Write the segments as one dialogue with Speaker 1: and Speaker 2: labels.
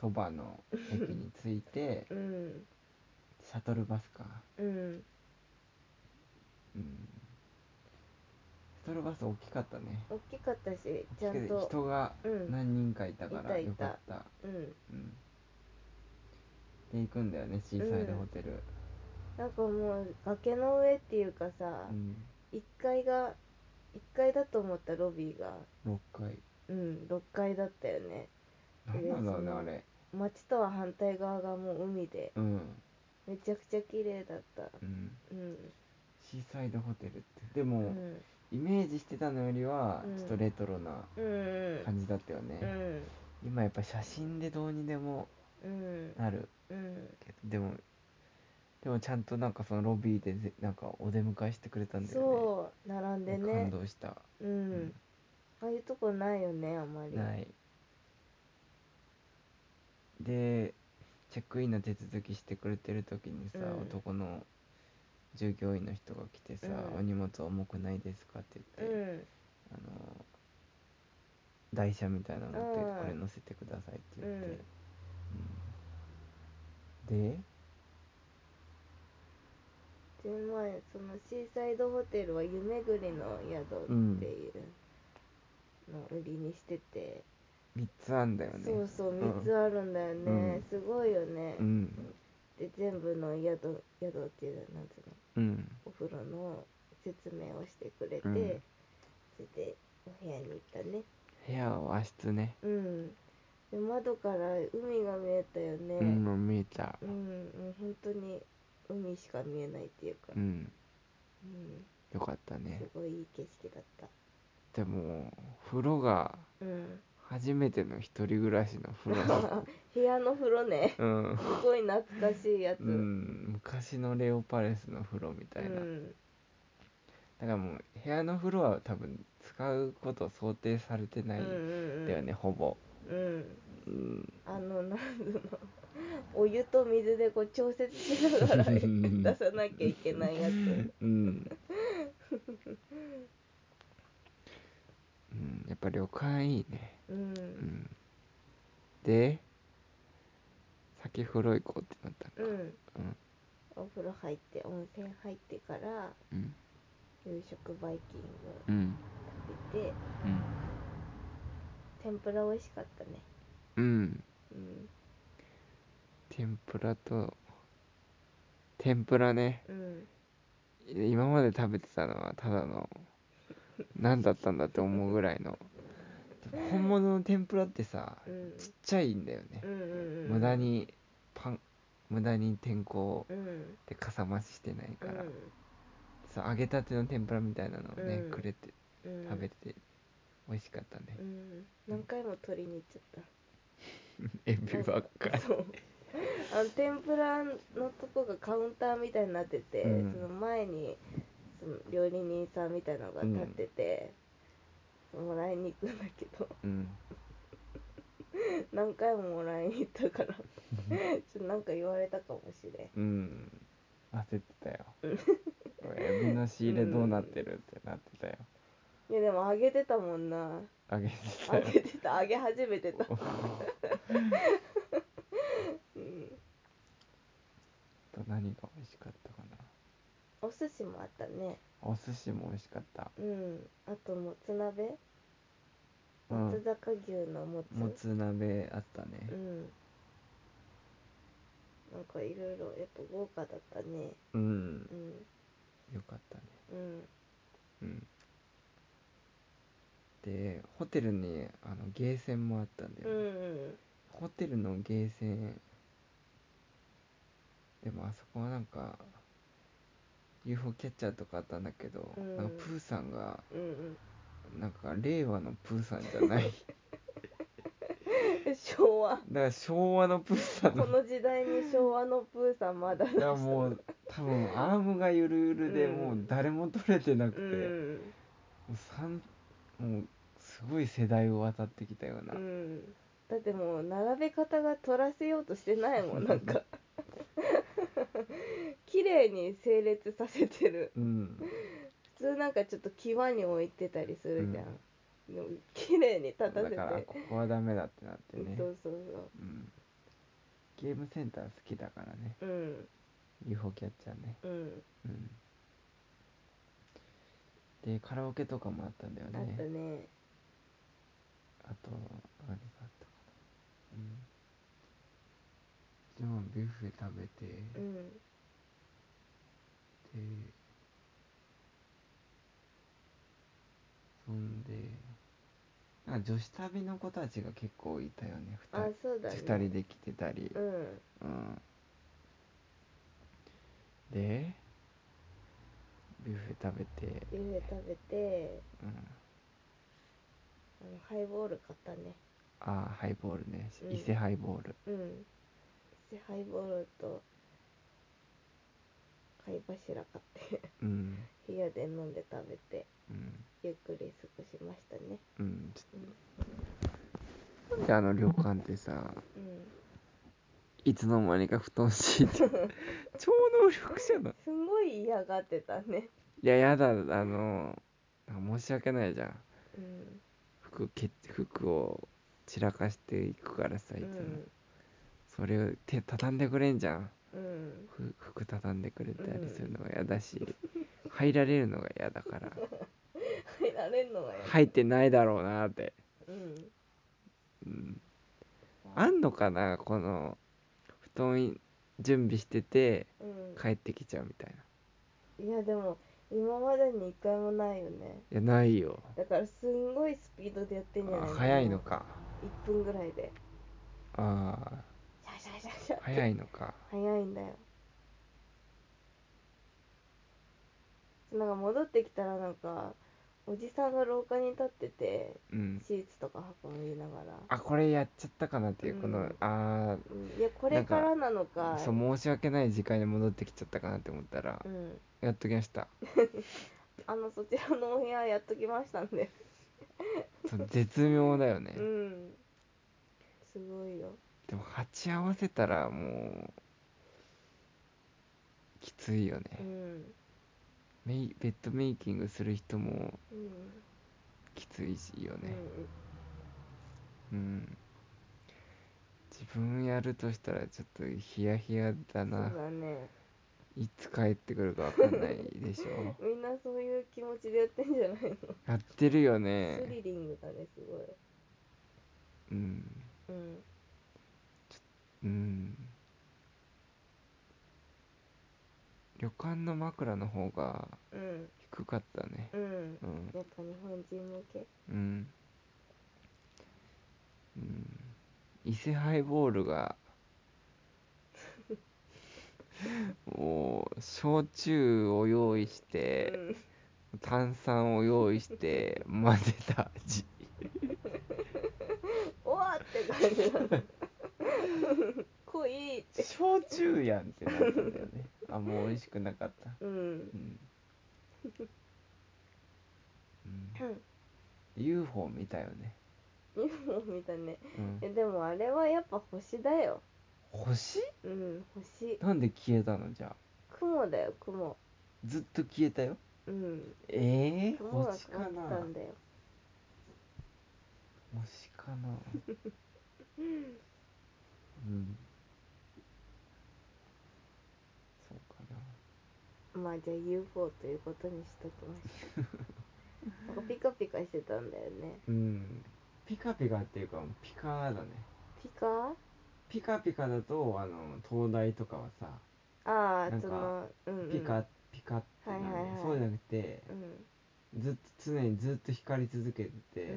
Speaker 1: 鳥羽の駅に着いて
Speaker 2: うん
Speaker 1: シャトルバスか
Speaker 2: うん
Speaker 1: うんシャトルバス大きかったね
Speaker 2: 大きかったしちゃん
Speaker 1: 大きくて
Speaker 2: と
Speaker 1: 人が
Speaker 2: うん
Speaker 1: 何人かいたか
Speaker 2: いた
Speaker 1: ら
Speaker 2: いた
Speaker 1: よかった
Speaker 2: うん
Speaker 1: うんで行くんだよねシーサイドホテル
Speaker 2: なんかもう崖の上っていうかさ、
Speaker 1: うん
Speaker 2: 1階が1階だと思ったロビーが
Speaker 1: 6階
Speaker 2: うん6階だったよね
Speaker 1: 何なんだろうね
Speaker 2: その
Speaker 1: あれ
Speaker 2: 街とは反対側がもう海で
Speaker 1: うん
Speaker 2: めちゃくちゃ綺麗だった
Speaker 1: うん
Speaker 2: うん
Speaker 1: シーサイドホテルってで
Speaker 2: う
Speaker 1: も、
Speaker 2: ん
Speaker 1: イメージしてたのよりは
Speaker 2: うん
Speaker 1: ちょっとレトロな
Speaker 2: うん
Speaker 1: 感じだったよ
Speaker 2: う
Speaker 1: ね、
Speaker 2: ん
Speaker 1: 今やっぱ写真でどうにでも
Speaker 2: うん
Speaker 1: なる
Speaker 2: うん
Speaker 1: けどでもでもちゃんとなんかそのロビーでぜなんかお出迎えしてくれたんだよ
Speaker 2: そう並ん
Speaker 1: ね
Speaker 2: で
Speaker 1: もう感
Speaker 2: ね
Speaker 1: 動した、う
Speaker 2: う
Speaker 1: ん
Speaker 2: ああいうとこないよねあんまり
Speaker 1: ないでチェックインの手続きしてくれてる時にさ、
Speaker 2: うん
Speaker 1: 男の従業員の人が来てさ「
Speaker 2: うん
Speaker 1: お荷物重くないですか?」って
Speaker 2: う
Speaker 1: 言って、
Speaker 2: ん
Speaker 1: あの台車みたいなの持って、
Speaker 2: うん
Speaker 1: これ乗せてくださいって言って、うんで
Speaker 2: で前そのシーサイドホテルは湯巡りの
Speaker 1: うん
Speaker 2: 宿っていうのを売りにしてて、
Speaker 1: 3つあんだよね
Speaker 2: そうそう
Speaker 1: うん
Speaker 2: 3つあるんだよね、
Speaker 1: うん
Speaker 2: すごいよね、
Speaker 1: うん
Speaker 2: で全部の宿宿っていうのなんつうの
Speaker 1: うん
Speaker 2: お風呂の説明をしてくれて、
Speaker 1: うん
Speaker 2: それでお部屋に行ったね
Speaker 1: 部屋は和室ね
Speaker 2: うんで窓から海が見えたよね、
Speaker 1: うんもう見えた
Speaker 2: うん、もう本当に海しか見えないっていうか、
Speaker 1: う
Speaker 2: うん
Speaker 1: んよかったね
Speaker 2: すごいいい景色だった。
Speaker 1: でも風呂が
Speaker 2: うん、
Speaker 1: 初めての一人暮らしの風呂だ った
Speaker 2: 部屋の風呂ね、
Speaker 1: うん
Speaker 2: すごい懐かしいやつ。
Speaker 1: う、ん、昔のレオパレスの風呂みたいな、だ
Speaker 2: ん、
Speaker 1: からもう部屋の風呂は多分使うことを想定されてない
Speaker 2: うんん、
Speaker 1: だよね、ほぼ、
Speaker 2: うん。うん、
Speaker 1: うん、
Speaker 2: あの、なんつうの、お湯と水でこう調節しながら出
Speaker 1: うん
Speaker 2: さなきゃいけないやつ。
Speaker 1: うん。うん、やっぱ旅館いいね。
Speaker 2: う、
Speaker 1: うんん。で、先風呂行こうってなった
Speaker 2: う
Speaker 1: のか。
Speaker 2: ん、
Speaker 1: うん。
Speaker 2: お風呂入って、温泉入ってから、
Speaker 1: うん。
Speaker 2: 夕食バイキン
Speaker 1: う
Speaker 2: グ
Speaker 1: ん。
Speaker 2: 食べて、天ぷら美味しかったね。
Speaker 1: うん。うん。
Speaker 2: うん、
Speaker 1: 天ぷらと、天ぷらね。
Speaker 2: うん、
Speaker 1: 今まで食べてたのはただの、何だったんだって思うぐらいの。でも本物の天ぷらってさ、
Speaker 2: う
Speaker 1: ちっ
Speaker 2: ん、
Speaker 1: ちゃいんだよね
Speaker 2: う。ん、うん、
Speaker 1: 無駄。にパン、無駄に天候
Speaker 2: うん、
Speaker 1: でかさ増ししてない
Speaker 2: うん
Speaker 1: から、さ揚げたての天ぷらみたいなのをね、
Speaker 2: うん
Speaker 1: くれて
Speaker 2: うん、
Speaker 1: 食べて美味しかったね
Speaker 2: う、ん、何回も取りに行っちゃった。
Speaker 1: エビばっかり
Speaker 2: そう あの天ぷらのとこがカウンターみたいになってて、
Speaker 1: うん
Speaker 2: その前にその料理人さんみたいなのが立ってて、もらいに行くんだけど
Speaker 1: うん
Speaker 2: 何回ももらいに行ったからちょっとなんか言われたかもしれん
Speaker 1: うん焦ってたよこれエビの仕入れどうなってるってなってたよ
Speaker 2: いやでも揚げてたもんな
Speaker 1: 揚げてた
Speaker 2: 揚
Speaker 1: よ
Speaker 2: げ てた揚げ始めてたうん
Speaker 1: と何が美味しかったかな
Speaker 2: お寿司もあったね
Speaker 1: お寿司も美味しかった
Speaker 2: うんあともつ鍋、
Speaker 1: う
Speaker 2: 松
Speaker 1: ん
Speaker 2: 坂牛のもつ
Speaker 1: もつ鍋あったね
Speaker 2: うん。なんかいろいろやっぱ豪華だったね。
Speaker 1: うん
Speaker 2: うん
Speaker 1: よかったね
Speaker 2: うん
Speaker 1: うんでホテルにあのゲーセンもあったんだ
Speaker 2: う
Speaker 1: よね、
Speaker 2: ん
Speaker 1: ホテルのゲーセンでもあそこはなんか UFO キャッチャーとかあったんだけど、
Speaker 2: うん
Speaker 1: なんかプーさんが
Speaker 2: うんうん。
Speaker 1: なんか令和のプーさんじゃ ないだか
Speaker 2: え昭和
Speaker 1: ら昭和のプーさん
Speaker 2: こ
Speaker 1: の
Speaker 2: の時代に昭和のプーさんまだ
Speaker 1: だからもう多分アームがゆるゆるで
Speaker 2: うん
Speaker 1: もう誰も取れてなくて
Speaker 2: う、
Speaker 1: も
Speaker 2: ん
Speaker 1: うさんもうすごい世代を渡ってきたような、
Speaker 2: うん。だってもう並べ方が取らせようとしてないもんなんか綺麗に整列させてる
Speaker 1: うん
Speaker 2: 普通なんかちょっと際に置いてたりするじゃん、でも綺麗に立たせて
Speaker 1: だからここはダメだってなってね
Speaker 2: そうそうそう
Speaker 1: うんゲームセンター好きだからね
Speaker 2: うん
Speaker 1: UFO キャッチャーね
Speaker 2: うん
Speaker 1: うんでカラオケとかもあったんだよ
Speaker 2: あった
Speaker 1: ね
Speaker 2: ね
Speaker 1: あと何があったかなうんでもビュッフェ食べて、
Speaker 2: うん
Speaker 1: でそんでなんか女子旅の子たちが結構いたよね
Speaker 2: あ
Speaker 1: 2
Speaker 2: そうだね
Speaker 1: 人で来てたり
Speaker 2: うん
Speaker 1: うんでビュッフェ食べて、
Speaker 2: ビュッフェ食べて
Speaker 1: うん、
Speaker 2: あのハイボール買ったね
Speaker 1: ああハイボールね
Speaker 2: うん
Speaker 1: 伊勢ハイボール
Speaker 2: うんでハイボールと貝柱買って
Speaker 1: うん
Speaker 2: 部屋で飲んで食べて
Speaker 1: うん
Speaker 2: ゆっくり過ごしましたね
Speaker 1: うんちょなんであの旅館ってさ
Speaker 2: うん
Speaker 1: いつの間にか布団敷い て超能力者だ
Speaker 2: すごい嫌がってたね
Speaker 1: いややだあのなんか申し訳ないじゃん
Speaker 2: うん
Speaker 1: 服け服を散らかしていくからさいつ
Speaker 2: う
Speaker 1: も、
Speaker 2: ん
Speaker 1: それを手畳んでくれんじゃん
Speaker 2: うん
Speaker 1: ふ服畳んでくれたりするのが嫌だし、入られるのが嫌だから
Speaker 2: 入られんのが嫌だ
Speaker 1: 入ってないだろうなって、
Speaker 2: うん
Speaker 1: うん、あんのかなこの布団い準備してて
Speaker 2: うん
Speaker 1: 帰ってきちゃうみたいない
Speaker 2: やでも今までに一回もないよね
Speaker 1: いやないよ
Speaker 2: だからすんごいスピードでやってんじゃない
Speaker 1: あ
Speaker 2: かな
Speaker 1: 早いのか
Speaker 2: 1分ぐらいで
Speaker 1: あ
Speaker 2: シャシャシャシャ
Speaker 1: あ早いのか
Speaker 2: 早いんだよなんか戻ってきたらなんかおじさんが廊下に立ってて
Speaker 1: うん
Speaker 2: シーツとか運びながら、
Speaker 1: あこれやっちゃったかなっていうこの、
Speaker 2: うん
Speaker 1: あ
Speaker 2: うんいやこれからなのか
Speaker 1: あそう申し訳ない時間に戻ってきちゃったかなって思ったら、
Speaker 2: うん、
Speaker 1: やっときました
Speaker 2: あのそちらのお部屋やっときましたんで
Speaker 1: その絶妙だよね、
Speaker 2: うんすごいよ
Speaker 1: でも鉢合わせたらもうきついよね、
Speaker 2: うん
Speaker 1: メイベッドメイキングする人も
Speaker 2: うん
Speaker 1: きついしよねうん、自分やるとしたらちょっとヒヤヒヤだ
Speaker 2: うん、そ
Speaker 1: な
Speaker 2: うだね
Speaker 1: いつ帰ってくるかわかんないでし ょ
Speaker 2: みんなそういう気持ちでやってんじゃないの、
Speaker 1: やってるよ
Speaker 2: スリ
Speaker 1: ね
Speaker 2: リングだねすごい
Speaker 1: うん
Speaker 2: うん
Speaker 1: うん旅館の枕の方が
Speaker 2: うん
Speaker 1: 低かったね
Speaker 2: うん
Speaker 1: うん
Speaker 2: やっぱ日本人向け
Speaker 1: うん、うん、伊勢ハイボール がもう焼酎を用意し
Speaker 2: う
Speaker 1: て
Speaker 2: ん
Speaker 1: 炭酸を用意して混ぜた味
Speaker 2: おわって感じなの濃いって
Speaker 1: 焼酎やんってなったんだよねあもう美味しくなかった
Speaker 2: う
Speaker 1: うんん、うん、UFO 見たよね、
Speaker 2: 日本見たね
Speaker 1: うん、
Speaker 2: えでもあれはやっぱ星だよ
Speaker 1: 星
Speaker 2: うん星
Speaker 1: なんで消えたのじゃあ
Speaker 2: 雲だよ雲
Speaker 1: ずっと消えたよ
Speaker 2: うん
Speaker 1: ええ
Speaker 2: 雲が
Speaker 1: 星
Speaker 2: かか
Speaker 1: か
Speaker 2: っ
Speaker 1: な
Speaker 2: たんだよ
Speaker 1: 星かなうんそうかな
Speaker 2: まあじゃあ UFO ということにしときまし ょうなんかピカピカしてたんだよね
Speaker 1: うんピカピカっていうかピカだね
Speaker 2: ピカ
Speaker 1: ピカピカだとあの東大とかはさ、
Speaker 2: あ
Speaker 1: な
Speaker 2: あ
Speaker 1: んか
Speaker 2: そのうんうん
Speaker 1: ピカピカってなる、
Speaker 2: はいはいはい
Speaker 1: そうじゃなくて
Speaker 2: うん
Speaker 1: ずっと常にずっと光り続けて
Speaker 2: う
Speaker 1: て、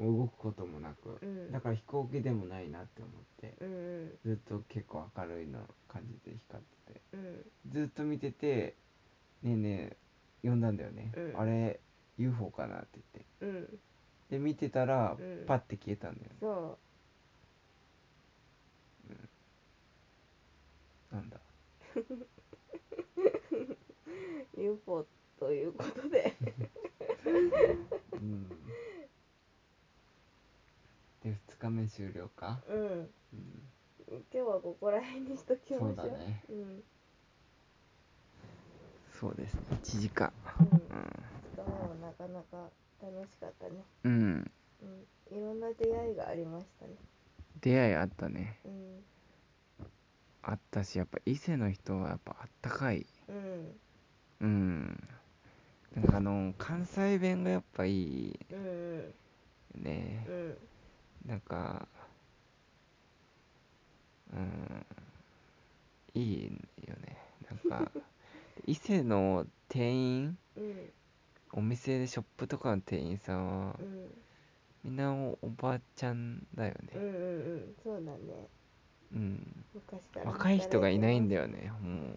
Speaker 2: ん
Speaker 1: もう動くこともなく、
Speaker 2: うん
Speaker 1: だから飛行機でもないなって思って
Speaker 2: うんうん
Speaker 1: ずっと結構明るいの感じで光ってて
Speaker 2: うん
Speaker 1: ずっと見てて「ねえねえ呼んだんだよね、
Speaker 2: うん
Speaker 1: あれ UFO かな」って言って
Speaker 2: うん
Speaker 1: で見てたら、
Speaker 2: うん
Speaker 1: パッて消えたんだよね
Speaker 2: そ
Speaker 1: なんだ
Speaker 2: う UFO ということで
Speaker 1: うんで2日目終了か、
Speaker 2: うん
Speaker 1: うん、
Speaker 2: 今日はここら辺にしときましょう
Speaker 1: そうだね
Speaker 2: うん、うん、
Speaker 1: そうですね1時間
Speaker 2: ちょっともうなかなか楽しかったね
Speaker 1: うん
Speaker 2: うんいろんな出会いがありましたね
Speaker 1: 出会いあったね
Speaker 2: うん
Speaker 1: あったしやっぱ伊勢の人はやっぱあったかい
Speaker 2: うん
Speaker 1: うんなんかあの関西弁がやっぱいい
Speaker 2: うんうん
Speaker 1: ね
Speaker 2: うん
Speaker 1: なんかうんいいよねなんか 伊勢の店員
Speaker 2: うん
Speaker 1: お店でショップとかの店員さんは
Speaker 2: うん
Speaker 1: みんなおおばあちゃんだよ
Speaker 2: うんう
Speaker 1: ね
Speaker 2: んうんそうだね
Speaker 1: うん
Speaker 2: 昔から
Speaker 1: 若い人がいないんだ
Speaker 2: よ
Speaker 1: よねも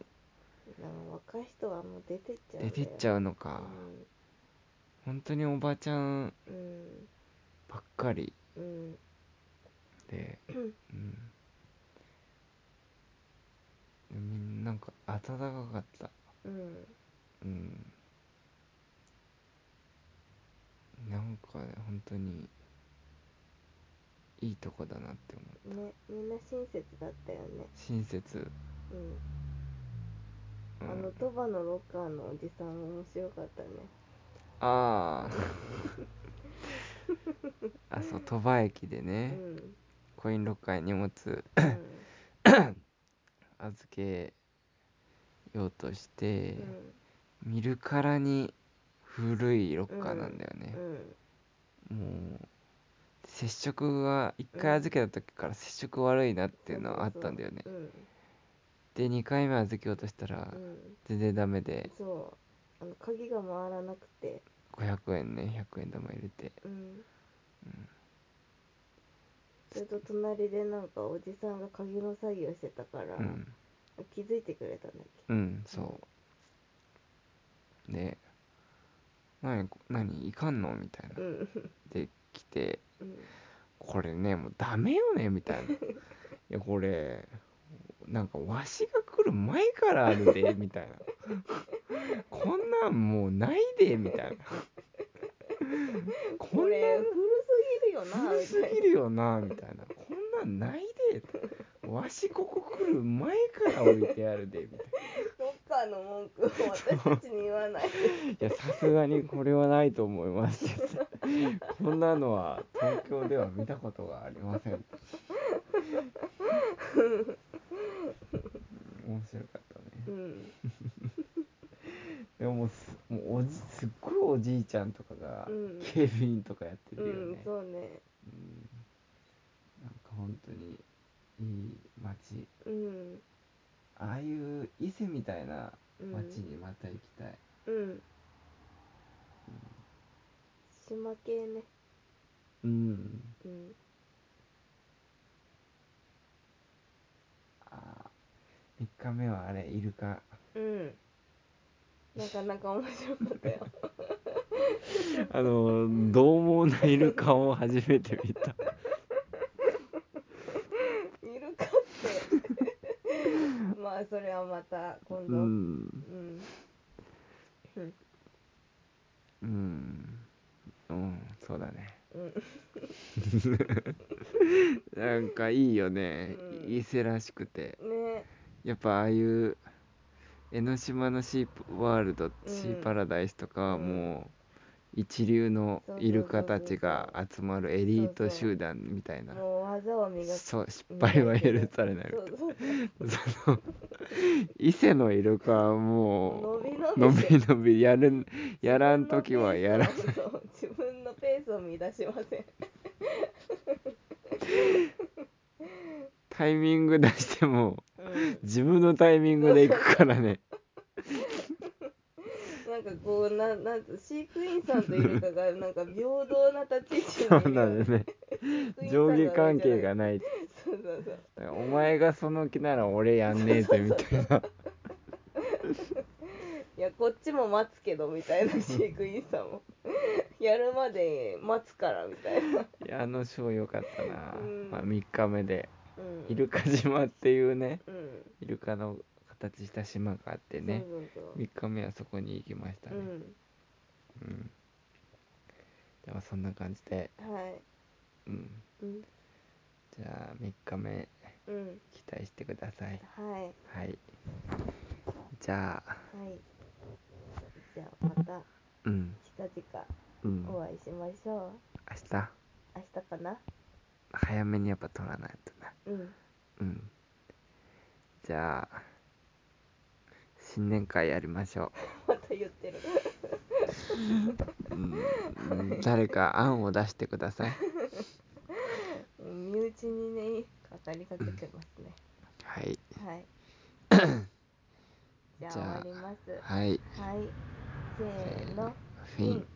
Speaker 1: う
Speaker 2: 若い人はもう出てっちゃう
Speaker 1: 出てっち
Speaker 2: ゃう
Speaker 1: ゃうのか本当におばあちゃん
Speaker 2: うん
Speaker 1: ばっかり
Speaker 2: うん
Speaker 1: でうんみんななんか暖かかった
Speaker 2: うん
Speaker 1: うんなんかね本当にいいとこだなって思う
Speaker 2: うんねみんな親切だったよね
Speaker 1: 親切、
Speaker 2: うん
Speaker 1: うん、
Speaker 2: あの鳥羽のロッカーのおじさん面白かったね
Speaker 1: あ ああそう鳥羽駅で
Speaker 2: う
Speaker 1: ね、
Speaker 2: ん
Speaker 1: コインロッカーに荷物
Speaker 2: う
Speaker 1: 預けようとして
Speaker 2: ん、
Speaker 1: 見るからに古いロッカーなんだよ
Speaker 2: う
Speaker 1: ね、
Speaker 2: ん
Speaker 1: もう接触が1回預けた時から接触悪いなっていうのはあったんだよね
Speaker 2: うんそう
Speaker 1: で2回目預けようとしたら
Speaker 2: そうそううん
Speaker 1: 全然ダメで
Speaker 2: そうあの鍵が回らなくて
Speaker 1: 500円ね100円玉入れて
Speaker 2: うんそれと隣でなんかおじさんが鍵の作業してたから、
Speaker 1: うん
Speaker 2: 気づいてくれたんだっけ
Speaker 1: うんそうで「何こ何いかんの?」みたいな
Speaker 2: うん
Speaker 1: で来て
Speaker 2: うん
Speaker 1: 「これねもうダメよね」みたいな「いやこれなんかわしが来る前からあるで」みたいな「こんなんもうないで」みたいな「こ
Speaker 2: こ
Speaker 1: ん
Speaker 2: れ
Speaker 1: な
Speaker 2: 古すぎるよな
Speaker 1: 古
Speaker 2: み
Speaker 1: す
Speaker 2: たい
Speaker 1: ぎるよなみたいな「こんなんないで」わしここ来る前から置いてあるで」みたい
Speaker 2: なロッカーの文句を私たちに言わない
Speaker 1: な「いやさすがにこれはないと思い ます」こんなのは東京では見たことがありません」面白かったね
Speaker 2: うん
Speaker 1: でももうすもうおじすっごいおじいちゃんとかが
Speaker 2: うん
Speaker 1: 警備員とかやって
Speaker 2: う
Speaker 1: るよね、
Speaker 2: んそう
Speaker 1: う
Speaker 2: ね
Speaker 1: んなんか本当にいい街
Speaker 2: うん
Speaker 1: ああいう伊勢みたいな
Speaker 2: うん
Speaker 1: 街にまた行きたい、
Speaker 2: うん島系ね
Speaker 1: うん
Speaker 2: うん
Speaker 1: あー3日目はあれイルカ
Speaker 2: うんなかなか面白かっ たよ
Speaker 1: あの獰猛なイルカを初めて見た
Speaker 2: イルカって まあそれはまた今
Speaker 1: う
Speaker 2: 度うん、
Speaker 1: ん
Speaker 2: うん
Speaker 1: うんうんそうだね
Speaker 2: うん、
Speaker 1: なんかいいよね、
Speaker 2: うん
Speaker 1: 伊勢らしくて
Speaker 2: ね
Speaker 1: やっぱああいう江ノ島のシープワールド、シーパラダイスとかはもう一流のイルカたちが集まるエリート集団みたいな
Speaker 2: もう技を磨く
Speaker 1: そう失敗は許されない
Speaker 2: そうそう
Speaker 1: その伊勢のイルカはもう
Speaker 2: のびのびして
Speaker 1: のびやるやらん時はやらん
Speaker 2: そう自分のペースを乱しません
Speaker 1: タイミング出しても
Speaker 2: うん
Speaker 1: 自分のタイミングで行くからね
Speaker 2: なんかこうなんなんつう飼育員さんとイルカがなんか平等な立ち位
Speaker 1: そ
Speaker 2: 置
Speaker 1: う
Speaker 2: にいる
Speaker 1: なんだよね上下関係がない
Speaker 2: そうそうそう
Speaker 1: お前がその気なら俺やんねえぜみたいない
Speaker 2: やこっちも待つけどみたいな飼育員さんも やるまで待つからみたいな、
Speaker 1: いやあのショー良かったな、
Speaker 2: うん
Speaker 1: まあ、3日目で
Speaker 2: うん、
Speaker 1: イルカ島っていうね
Speaker 2: うん
Speaker 1: イルカの形した島があってね
Speaker 2: そうそうそう
Speaker 1: 3日目はそこに行きましたね、うんではそんな感じで、
Speaker 2: うんはい
Speaker 1: うん、
Speaker 2: うん
Speaker 1: じゃあ3日目
Speaker 2: うん
Speaker 1: 期待してください
Speaker 2: はいはい
Speaker 1: はいじゃあ
Speaker 2: じゃあまた
Speaker 1: うん
Speaker 2: 近
Speaker 1: うん
Speaker 2: 々お
Speaker 1: 明
Speaker 2: 会いしましょ
Speaker 1: 日
Speaker 2: う明日かな
Speaker 1: 早めにやっぱ撮らないとな
Speaker 2: うん
Speaker 1: うんじゃあ新年会やりましょ
Speaker 2: また言ってる
Speaker 1: う、うん、誰か案を出してください
Speaker 2: 身内にね語りかけてますね
Speaker 1: はい
Speaker 2: はい じ
Speaker 1: じ
Speaker 2: ゃあ終
Speaker 1: ゃあ
Speaker 2: わります
Speaker 1: はい
Speaker 2: はいせーの
Speaker 1: フィン